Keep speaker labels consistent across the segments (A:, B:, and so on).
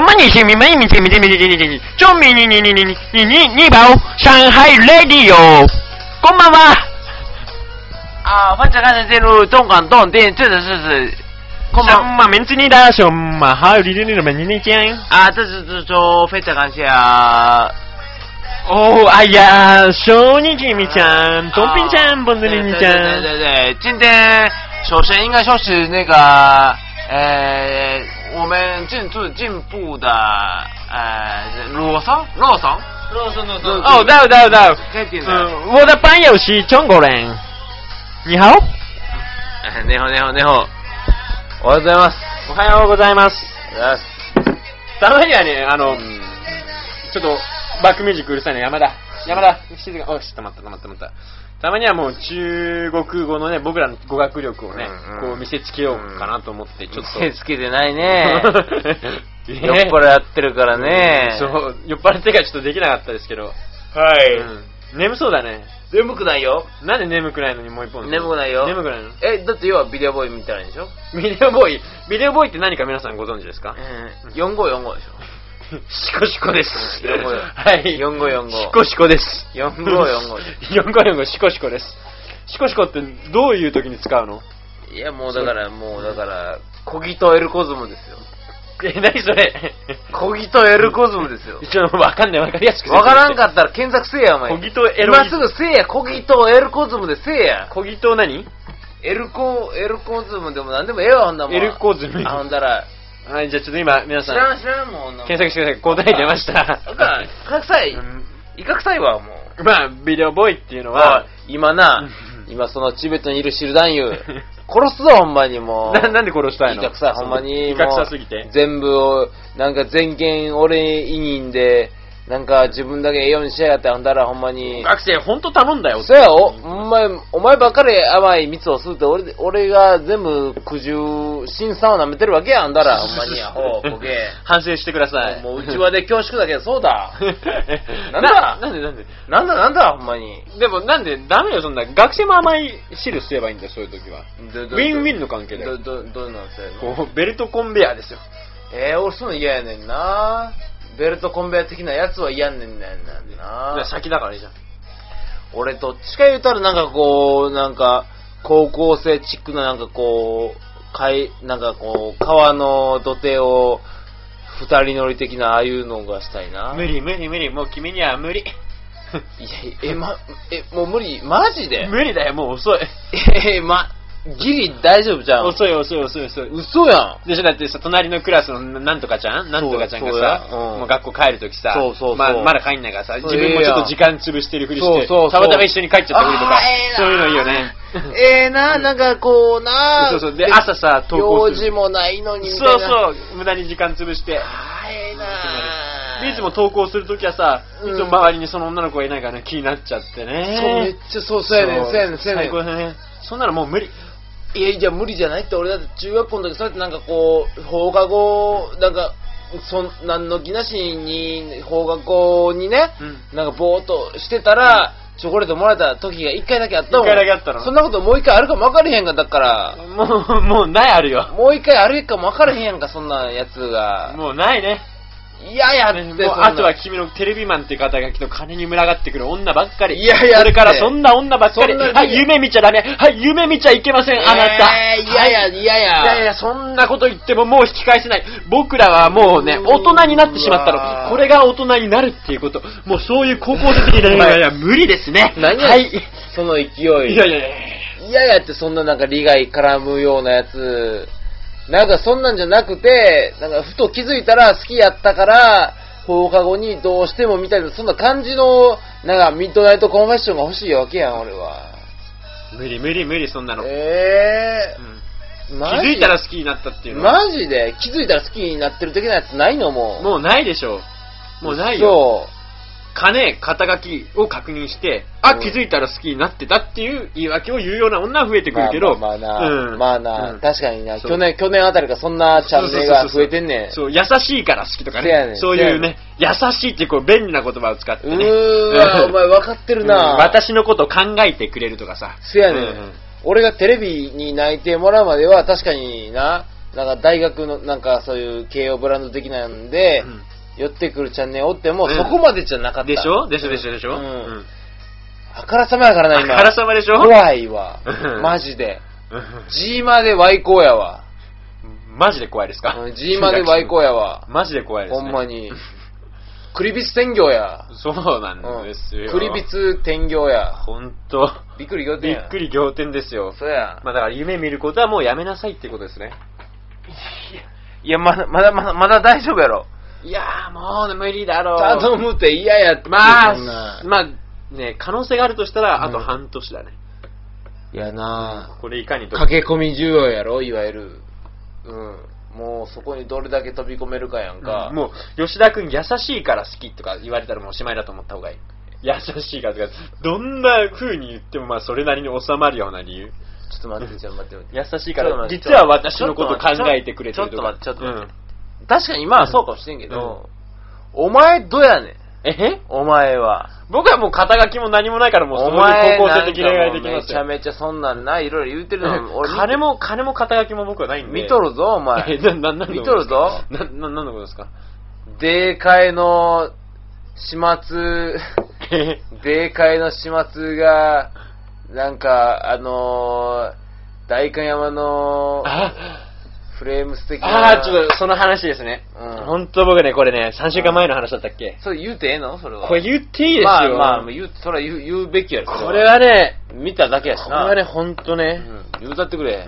A: 么你行？你们你你你你你你你，就你你你你你你你你包上海 radio，こんばんは。
B: 啊，欢迎开始进入中港动电这的是指空
A: 什
B: 吗？
A: 么名字你的？什么好？你你你怎么你你讲？
B: 啊，这是这周非常感谢啊，
A: 哦，哎呀，小你吉米ちゃん、东兵ちゃん、
B: 不
A: 本子
B: 对
A: 你
B: 对
A: ちゃ
B: 对
A: ん。
B: 对对，今天首先应该说是那个呃，我们进驻进步的呃罗桑罗桑罗桑罗桑
A: 哦，
B: 哦，
A: 对对对，
B: 这点的。
A: 嗯，我的朋友是中国人。你好。
B: 哎你好你好你好，我はようございます。
A: おはようございます。
B: よし
A: たまにはね、あの、
B: うん
A: ちょっとバックミュージックうるさいね、山田。山田、静か、おい、ちょっと待った、止まった、止まった。たまにはもう中国語のね、僕らの語学力をね、
B: うんうん
A: こう見せつけようかなと思って、ちょっと。。
B: 手つけてないね
A: ね
B: 酔っ払ってるからね。
A: そう、酔っ払ってからちょっとできなかったですけど。
B: は
A: うん眠そうだね。
B: 眠くないよ。
A: なんで眠くないのにもう一本
B: 眠くないよ
A: 眠くないの
B: え、だって要はビデオボーイみたいなんでしょ
A: ビデオボーイ。ビデオボーイって何か皆さんご存知ですか
B: うん。4545でしょ
A: シコシコです。
B: 45
A: はい。
B: 4545
A: シコシコです。
B: 4545で
A: 4545シコシコです。シコシコってどういう時に使うの
B: いや、もうだから、もうだから、小木とエルコズムですよ。
A: え、何それ
B: 小木とエルコズムですよ。
A: 一応わかんない、わかりやすく。
B: わからんかったら検索せえや、お前。
A: 小木とエロ
B: 今すぐせえや、小木とエルコズムでせえや。
A: 小木と何
B: エルコ、エルコズムでもなんでもええわ、ほんだもん。
A: エルコズム
B: あ、ほんだら、
A: はい、じゃあちょっと今、皆
B: 知
A: さ
B: ら
A: ん、
B: ん知らんもんほんなもん、
A: 検索してください。答え出ました。
B: だから、威嚇臭い。威嚇臭いわ、もう。
A: うんまあ、ビデオボーイっていうの
B: あ
A: は、
B: 今な、今そのチベットにいるシルダンユー、殺すぞ、ほんまにも う。
A: ななんで殺したいの
B: 威嚇臭い、ほんまに。
A: 威嚇
B: もう
A: 臭すぎて。
B: 全部を、なんか全権俺委任で、なんか自分だけええようにしやがって、あんだらほんまに。
A: 学生、ほんと頼んだよ。
B: そや、お、お前、お前ばっかり甘い蜜を吸うて、俺で、俺が全部苦渋、辛酸を舐めてるわけや、あんだら、ほんまに、アホ、ボ ケ。
A: 反省してください。
B: もう、うちわで恐縮だけど、そうだ。
A: な
B: なんだ
A: なんでなんで
B: なんだなんだ、ほんまに。
A: でもなんでダメよそんな学生も甘い汁吸えばいいんだよそういう時は
B: どど
A: ウィンウィンの関係だよ
B: ど、ど、どうなんすよ。
A: こうベルトコンベヤーですよ
B: えー、俺そういうの嫌やねんなベルトコンベヤ的なやつは嫌ねんねんな
A: だから先だからいいじゃん
B: 俺どっちか言うたらなんかこう、なんか、高校生チックななんかこう、かい、なんかこう、川の土手を、二人乗り的なああいうのがしたいな。
A: 無理無理無理もう君には無理
B: いや、え、ま、え、もう無理、マジで
A: 無理だよもう遅い
B: え、ま、ギリ大丈夫じゃん。
A: 遅い遅い遅い遅い
B: 嘘や
A: でしょだってさ隣のクラスのなんとかちゃんなんとかちゃんが
B: そう
A: さ
B: だ、そうだうん
A: もう学校帰るときさ
B: そうそうそう
A: まあ、まだ帰んないからさ
B: そ
A: 自
B: う
A: 分もちょっと時間潰してるふりして
B: そうそうそう
A: たまたま一緒に帰っちゃったふりとか
B: あーええな
A: そういうのいいよね
B: ん。ええな、なんかこうな
A: そうそうで朝さ登校
B: 用
A: する
B: 事もないのにみたいな。
A: そうそう無駄に時間潰して
B: あええな
A: でいつも投稿するときはさ、
B: うん
A: いつも周りにその女の子がいないからね気になっちゃって
B: そう、めっ
A: ね。
B: ちゃそう、そうやねん、そうやねん、そうやね
A: 最
B: ん
A: 高。だね。そんなのもう無理。
B: いやいや、無理じゃないって、俺だって中学校の時、そうやってなんかこう、放課後、なんか、そん、なんの気なしに、放課後にね、
A: う
B: なんかぼーっとしてたら、チョコレートもらえた時が一回だけあったもん。
A: 一回だけあったの
B: そんなこともう一回あるかも分かれへんが、だから、
A: ん。もう、もうないあるよ。
B: もう一回あるかも分かれへんやんか、そんなやつが。
A: もうないね。
B: 嫌や
A: ね
B: や
A: も
B: っ
A: う
B: て、そんな
A: あとは君のテレビマンっていう肩書きと金に群がってくる女ばっかり。
B: いやいや
A: それからそんな女ばっかり。
B: そんな
A: はい、夢見ちゃダメ。はい、夢見ちゃいけません、あなた。
B: えー嫌や、嫌や。
A: いやいや、そんなこと言ってももう引き返せない。僕らはもうね、
B: うーん
A: 大人になってしまった
B: うわ
A: の。
B: ー
A: これが大人になるっていうこと。もうそういう高校生的な、いやいや、無理ですね。
B: 何や、
A: はい。い
B: その勢い。
A: やいやいや。
B: いやいやってそんななんか利害絡むようなやつ、なんかそんなんじゃなくて、なんかふと気づいたら好きやったから、放課後にどうしてもみたいな、そんな感じの、なんかミッドナイトコンフェッションが欲しいわけやん、俺は。
A: 無理無理無理、そんなの。
B: え
A: うん
B: ー、
A: 気
B: マジ
A: づいたら好きになったっていうのは。
B: マジで気づいたら好きになってる的なやつないのもう。
A: もうないでしょう。もうないよ。
B: そう。
A: 金、肩書きを確認して、あ、
B: うん
A: 気づいたら好きになってたっていう言い訳を言うような女は増えてくるけど。
B: まあまあまあな、
A: うん
B: まあな、
A: うん
B: 確かにな、
A: そう
B: 去年、去年あたりからそんなチャンネルが増えてんねん。
A: そう、優しいから好きとか
B: せやね
A: ね。
B: ん
A: そういうね、優しいってこう便利な言葉を使って
B: う
A: ね。
B: ーわ、
A: う
B: お
A: ん
B: 前分かってる
A: う
B: な、
A: ん私のことを考えてくれるとかさ。
B: せやねん、
A: うんうん
B: 俺がテレビに内定もらうまでは確かにな、なんか大学の、なんかそういう慶応ブランド的なんで、
A: うん
B: 寄ってくるチャンネルおっても、
A: うん
B: そこまでじゃなかった。
A: でしょでしょでしょでしょ、
B: う
A: うんん
B: あからさまやからな、今。
A: あからさまでしょ
B: 怖いわ
A: うん。
B: マジで。
A: うん
B: ジーマでワイコーやわ。
A: マジで怖いですか
B: うんジーマでワイコーやわ。
A: マジで怖いです
B: ほ
A: ね。
B: んまに。クリビツ天行や。
A: そうなん
B: うん
A: ですよ。
B: クリビツ天行や。
A: 本当
B: びっくり仰
A: び
B: 天や
A: っくり仰天ですよ。
B: そうや。
A: まあだから夢見ることはもうやめなさいってことですね。
B: いや、まだ、まだ、まだ、まだ大丈夫やろ。
A: いやーもう無理だろう。
B: 頼むって嫌やって。
A: ま
B: そんな
A: あ、まあね、可能性があるとしたら、
B: うん
A: あと半年だね。
B: いやな
A: これいかにと。
B: 駆け込み需要やろ、いわゆる。うん。もうそこにどれだけ飛び込めるかやんか。
A: もう、吉田君優しいから好きとか言われたらもうおしまいだと思った方がいい。優しいからとか、どんな風に言ってもまあそれなりに収まるような理由。
B: ちょっと待って、ちょっと待って待って。
A: 優しい
B: ち
A: か
B: ょっと
A: ら、
B: 待って
A: 実は私のこと考えてくれてる
B: ち
A: とか
B: ょっと待って、ちょっと待って。確かに今はそうかもしれんけど、お前どやねん。
A: うんえ
B: お前は。
A: 僕はもう肩書きも何もないからもうそ
B: お
A: こで
B: 前
A: 高校
B: なん
A: 生
B: か
A: 的恋愛でき
B: もう
A: ま
B: め
A: す
B: ちゃ
A: よ。
B: めちゃそんなんない、いろいろ言うてるの俺見て
A: 金も、金も肩書きも僕はないんで。
B: 見とるぞ、お前
A: え、。な、な、なんの
B: 見とるぞ
A: な、な、なんのことですか
B: でかいの、始末、
A: え
B: でかいの始末が、なんか、あのー、代官山の
A: あ、
B: フレームス的な。
A: あーちょっとその話ですね。
B: うん
A: 本当僕ね、これね、3週間前の話だったっけ
B: それ言うてええのそれは。
A: これ言っていいですよ。
B: まあまあ、言う、それは言う言うべきやろ。
A: これはね、
B: 見ただけやし
A: これ
B: な。
A: はね、ほんと
B: う
A: ね、
B: ん、言うたってくれ。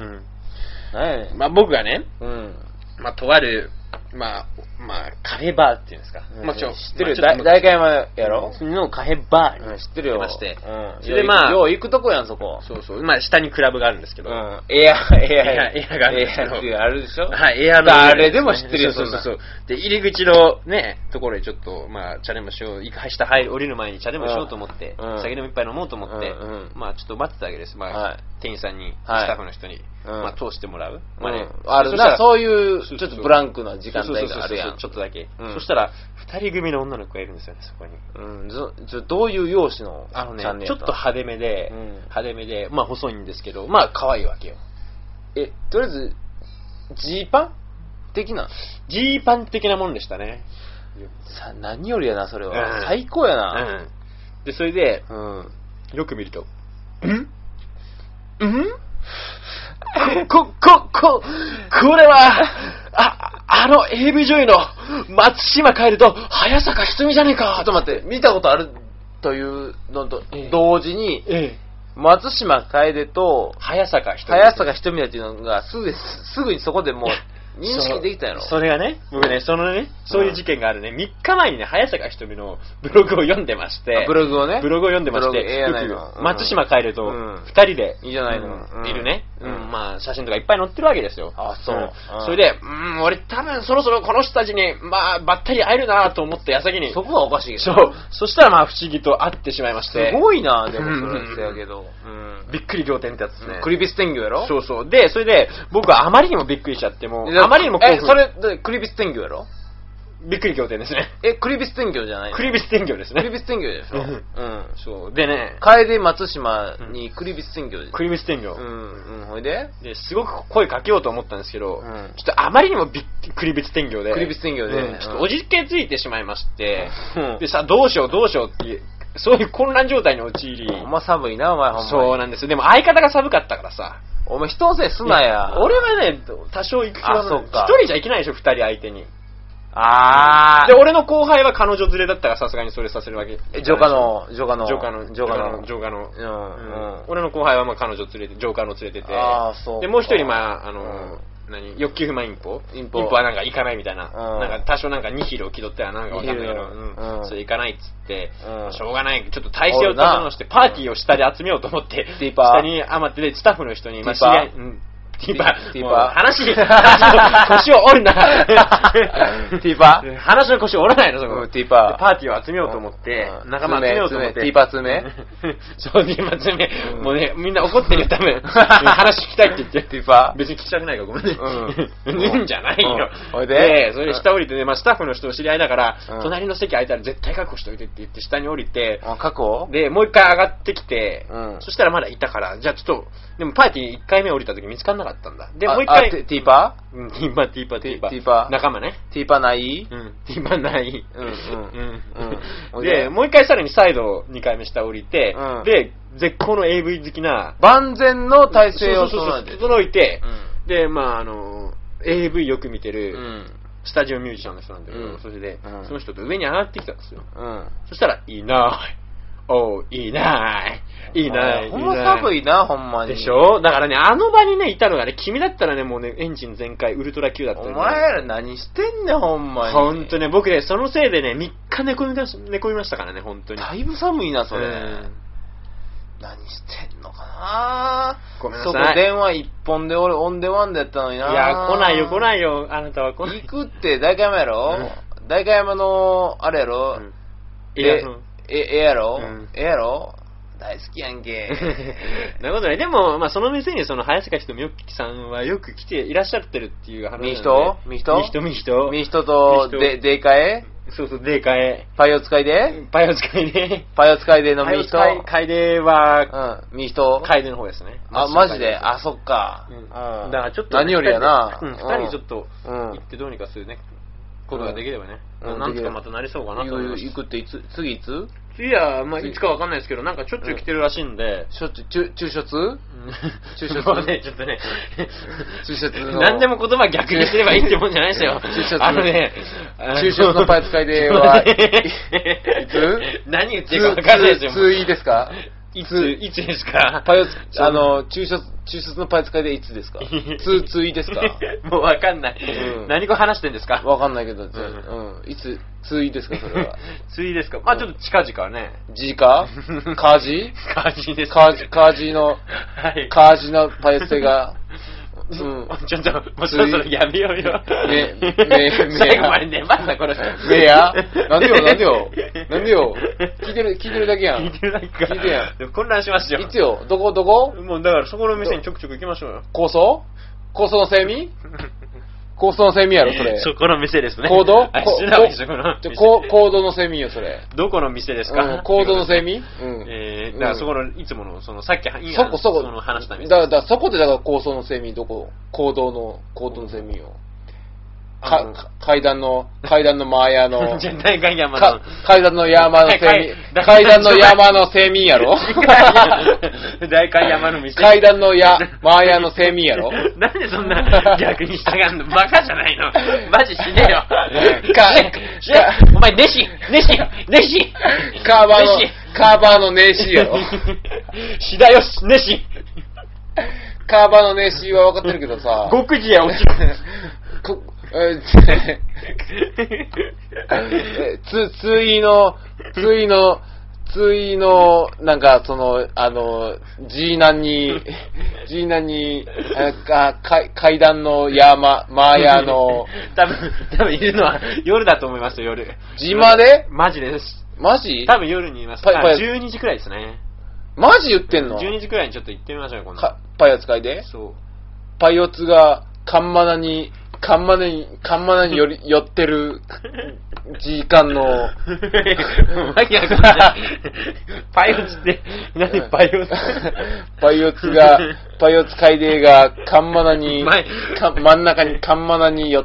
B: なんやねん。
A: まあ僕がね、
B: うん。
A: まあとある、まあ、まあカフェバーっていうんですか。まあちょ
B: 知ってるよ。
A: まあちょ
B: だ
A: っと
B: 代官山やろ
A: のカフェバー
B: う
A: に
B: ん、知ってるよ。
A: 行きまして
B: うん。
A: それでまあ
B: よう行くとこやん、そこ。
A: そうそう。まあ、下にクラブがあるんですけど。
B: ん。エア、エア、
A: エアがあるんですけど
B: エアっていうあるでしょ
A: はい、エアの。
B: 誰でも知ってるよ、。
A: そうそうそううそう。で、入り口のね、ところでちょっと、まあ、茶でもしよう、下入降りる前に茶でもしようと思って、
B: うんうん
A: 酒でも一杯飲もうと思って、
B: うんうん
A: まあ、ちょっと待ってたわけです。まあ、
B: はい
A: 店員さんに、ス
B: はい
A: タッフの人に、まあ、通してもらう。まあね
B: うんある
A: そしたら
B: な、そういう、
A: そうそうそ
B: ちょっ
A: う
B: とブランクな時間帯があるや
A: そう。そうそうそ
B: ん
A: うちょっとだけ。
B: うん
A: そしたら、二人組の女の子がいるんですよね、そこに。
B: うん、ぞちょどういう容姿の
A: あのね
B: チャンネ、ル
A: ちょ
B: や
A: ったと派手めで、
B: うん
A: 派手めで、まあ細いんですけど、まあ可愛いわけよ。
B: え、とりあえず、ジーパン的な
A: ジーパン的なもんでしたね。
B: さ、何よりやな、それは。
A: うん
B: 最高や
A: う
B: な。
A: ん。で、それで、
B: うん。
A: よく見ると、
B: うん
A: こ、こ、こ、これは、あ、あの AV 女優の松島帰ると早坂ひつみじゃねえ
B: ちょ
A: か
B: っと待って、見たことあるというのと
A: ええ
B: 同時に、
A: ええ。
B: 松島楓と
A: 早坂ひとみ。
B: 早坂瞳だっていうのがすぐです、すぐにそこでもう認識できたんやろ。
A: そそれがね、僕ね、そのね、そういう事件があるね、3日前にね、早坂ひとみのブログを読んでまして
B: あ、ブログをね。
A: ブログを読んでまし
B: ブログええ
A: て、
B: や
A: よ
B: ないの。
A: く松島
B: うん
A: 帰ると
B: うん
A: 2人で、
B: いいじゃないの
A: うん
B: うん
A: いるね、う
B: うんん
A: まあ、写真とかいっぱい載ってるわけですよ。
B: あそうんうん
A: それで、うん、俺多分そろそろこの人たちに、まあ、ばったり会えるなと思った矢先に、
B: そこがおかしいけど。
A: そう。そしたらまあ不思議と会ってしまいまし
B: す
A: て。
B: ごいな、でも
A: うん
B: それせやけど。うん。
A: びっくり仰天ってやつですね。
B: クリビス天魚やろ
A: そうそう。で、それで、僕はあまりにもびっくりしちゃって、もう、
B: で
A: あまりにも興奮
B: え、それ、でクリビス天魚やろ
A: びっくり仰天ですね。
B: え、クリビス天魚じゃないの
A: クリビス天魚です
B: クリ
A: ね。
B: ビス天魚でしょ
A: うん
B: うん。
A: そう。でね、
B: 楓松島にクリビス天魚で
A: クリビス天魚。
B: うん、うん、ほいで
A: で、すごく声かけようと思ったんですけど、
B: うん
A: ちょっとあまりにもびっクリビス天魚で、
B: クリビス天魚で
A: うんちょっとおじけついてしまいまして、
B: うん
A: でさ、どうしようどうしようっていう、そういう混乱状態に陥り、
B: お前寒いな、お前ほんまに。
A: そうなんですよ。でも相方が寒かったからさ、
B: お前人のせいすなや。
A: 俺はね、多少行く気は
B: あそっか
A: 一人じゃいけないでしょ、二人相手に。
B: あ
A: で、俺の後輩は彼女連れだったからさすがにそれさせるわけ。
B: ー。ジョカ。の、ジョカの。
A: ジョカの、
B: ジョカの。
A: ジョカの。
B: う
A: うん
B: ん、うん。
A: 俺の後輩はまあ彼女連れて、ジョーカーの連れてて。
B: あーそうか
A: で、もう一人、まああのー、何欲求不満インポ
B: インポ
A: はなんか行かないみたいな。
B: うん
A: なんか多少なんか2キロ気取ってはなんかわかんないけど、
B: ニヒル
A: う
B: うん
A: ん。それ行かないっつって、
B: うん
A: しょうがない、ちょっと体勢を立て直して、パーティーを下で集めようと思って、
B: ティーパ
A: 下
B: ー
A: に余ってで、スタッフの人に、まあ
B: ティー
A: 知
B: パー
A: り合いうんティーパー。
B: ティーパー
A: もう話、話の腰を折る
B: 。
A: な
B: ティーパー
A: うん話の腰折らないの、そこ。
B: うんティーパー
A: でパーティーを集めようと思って、
B: うん
A: 仲間集めようと思って。
B: 爪爪ティーパー爪
A: そう、ティーパー爪。
B: うん
A: もうね、みんな怒ってるよ、多 分。話聞きたいって言って。
B: ティーパー
A: 別に聞きたくないから、ごめんね。
B: うん
A: いいんじゃないよ。
B: うんおいで
A: それで下降りてね、まあ、スタッフの人知り合いだから、
B: うん
A: 隣の席空いたら絶対確保しといてって言って、下に降りて、
B: あ、過去
A: で、もう一回上がってきて、
B: うん
A: そしたらまだいたから、じゃあちょっと、でもパーティー一回目降りた時見つかんなかだったんだ。で、
B: あ
A: もう一
B: あテ
A: 回、
B: ティーパ
A: うんティーパー、ティーパー、ティーパー。
B: ティーパー
A: 仲間ね。
B: ーティーパーない
A: うん、ティーパーない。
B: うんうん
A: う
B: うんん
A: で、もう一回さらに再度2回目下降りて、
B: うん
A: で、絶好の AV 好きな、
B: 万全の体制を
A: そうそ
B: 整
A: う
B: え
A: そう
B: て。
A: 整えて
B: う、ん
A: で、まああの、AV よく見て
B: う
A: る、
B: ん。
A: スタジオミュージシャンの人なんだけど、
B: うん
A: それで、
B: うん
A: その人と上に上がってきたんですよ。
B: うん。
A: そしたら、いない。おう、いない。いない。
B: ほんま寒
A: い
B: いな、ほんま
A: ない。
B: に。
A: でしょだからね、あの場にね、いたのがね、君だったらね、もうね、エンジン全開、ウルトラ Q だったよ
B: お
A: ね
B: 前ら何してんねん、ほんまに。
A: ほんとね、僕ね、そのせいでね、3日寝込みだし寝込みましたからね、本当に。
B: だいぶ寒いな、それ。
A: うん
B: 何してんのかな
A: ごめんなさい
B: そこ電話一本で俺オンデマンドやったのに
A: い
B: な。
A: や、来ないよ、来ないいよ、あなたは来ない。
B: 行くって代官山やろ、代官山の、あれやろ、
A: うんいや
B: え
A: その、
B: え、えやろ、
A: うん
B: えやろ大好きや んけ。
A: なるほどね。でも、まあ、その店に、その、早坂ひとみよきさんはよく来ていらっしゃってるっていう話なんで。
B: みひとみひと
A: みひとみひと
B: ミヒトと、
A: ミヒト
B: で、でかえ
A: そうそう、でかえ。
B: パイを使いで
A: パイオ使いで。
B: パイを使いでのミヒト。
A: パイオ使い楓は、
B: うん、ミヒト。
A: 楓の方ですね。
B: あ、マジで、あ、
A: そ
B: そっか。
A: うん。だ
B: う
A: か
B: ん
A: らちょっと、
B: 何よりやな。
A: 二人でうん、二人ちょっと、
B: うん
A: 行ってどうにかするね、ことができればね。
B: うん
A: なんとかまたなりそうかなと思います
B: 行。くっていつ、次いつ
A: 次は、まあ、いつかわかんないですけど、なんかちょっちゅう来てるらしいんで、
B: しょっちゅう、中中卒
A: 中
B: 中
A: 小
B: 小
A: はね、ちょっとね、
B: 中小の
A: 何でも言葉逆にすればいいってもんじゃないですよ。
B: 中小の
A: あのね、
B: 中小のパイ使いでは
A: ちょっとね
B: いつ
A: 何言ってるか分かんないですよ。
B: 通通いいですか
A: いつ、
B: 通
A: いつですか
B: パイをつ、
A: そう
B: あの、中卒、中卒のパイ使いでい つですか通、通いですか
A: もうわかんない。
B: うん
A: 何語話してんですか
B: わかんないけど、うんん。いつ、通いですかそ れは。
A: ついですかまあちょっと近々ね。
B: ジーかカージ
A: 感じです。
B: カージ、カージの、
A: はい。
B: カージのパイ使 いが、う。
A: うんちょっと、もうそろそろやめようよ。
B: ねね
A: 最後まで粘んな、この人。
B: メアな んでよ、なんでよ。なんでよ。聞いてる、聞いてるだけや
A: 聞
B: ん。
A: いてるだけか。
B: 聞いてやん
A: でも混乱しますよ。
B: いつよ、どこ、どこ
A: もうだからそこの店にちょくちょく行きましょうよ。
B: 構想構想のセ ミ構想のセミやろ、それ。
A: そこの店ですね。
B: コード
A: あ
B: こ
A: 知らない
B: こ
A: そこの
B: ち
A: 店
B: ょココードのセミよ、それ。
A: どこの店です
B: う
A: か
B: ん、コードのセミうん。
A: えー、だからそこ
B: の、
A: の、いつもの、その、さっき、いい
B: そこ、そこ。
A: の話した
B: だ
A: 店。
B: だから、そこでだから構想のセミ、どこ行動の、行動のセミよ。
A: あの
B: か、か階段の、階段の前 屋の、
A: じゃないかんやまだ
B: か。階段の山の セ
A: か
B: ミ、
A: 階
B: 階
A: 段
B: 段の山のセミ やろ
A: 大観山の店。
B: 階段のや、マーヤのセミ やろ
A: なんでそんな逆に従うのバカじゃないのマジ死ねよ。
B: か
A: ねねお前、弟子弟子弟子
B: カーバーの
A: 弟、
B: カーバーのネーシ ーやろ
A: 子シダヨシ、弟子
B: カーバーのネーシーは分かってるけどさ、
A: 極地へ落ちる。
B: こ えーつ、ついの、ついの、ついの、なんか、その、あの、ジーナに、ジーナに、あかか階段の山、 マーヤの、
A: 多分、多分いるのは夜だと思いますよ、夜。
B: 自まで
A: マジです。
B: マジ
A: 多分夜にいます。
B: パイパイ
A: あ12時くらいですね。
B: マジ言ってんの
A: 12時くらいにちょっと行ってみましょうよ、今度
B: か。パイオツ会で
A: そう。
B: パイオツがカンマナに、カンマナに、カンマナにより寄ってる時間の、
A: マキア君ね パイオツって、何パイオツ
B: パイオ ツが、パイオツ海底が、カンマナに
A: 前、
B: か真ん中に、カンマナによ、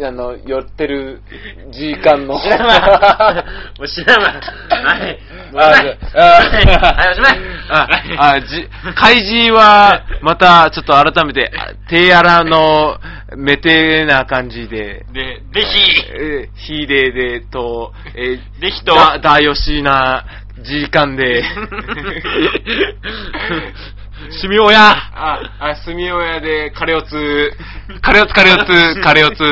B: あの、寄ってる時間 の。
A: 知らんわ。もう知らんわ。はい。おしまい
B: あ
A: はい、おしまい。
B: あ、あ、じ、怪獣は、また、ちょっと改めて、あ手荒の、メテな感じで、
A: で、ぜ ひ、
B: えーヒーデーデーと、えー、
A: でひと
B: だ、だよしな、時 間で、
A: しみおや。
B: あ、あ、炭親で、カレオツ、カレオツ、カレオツ、カレオツ。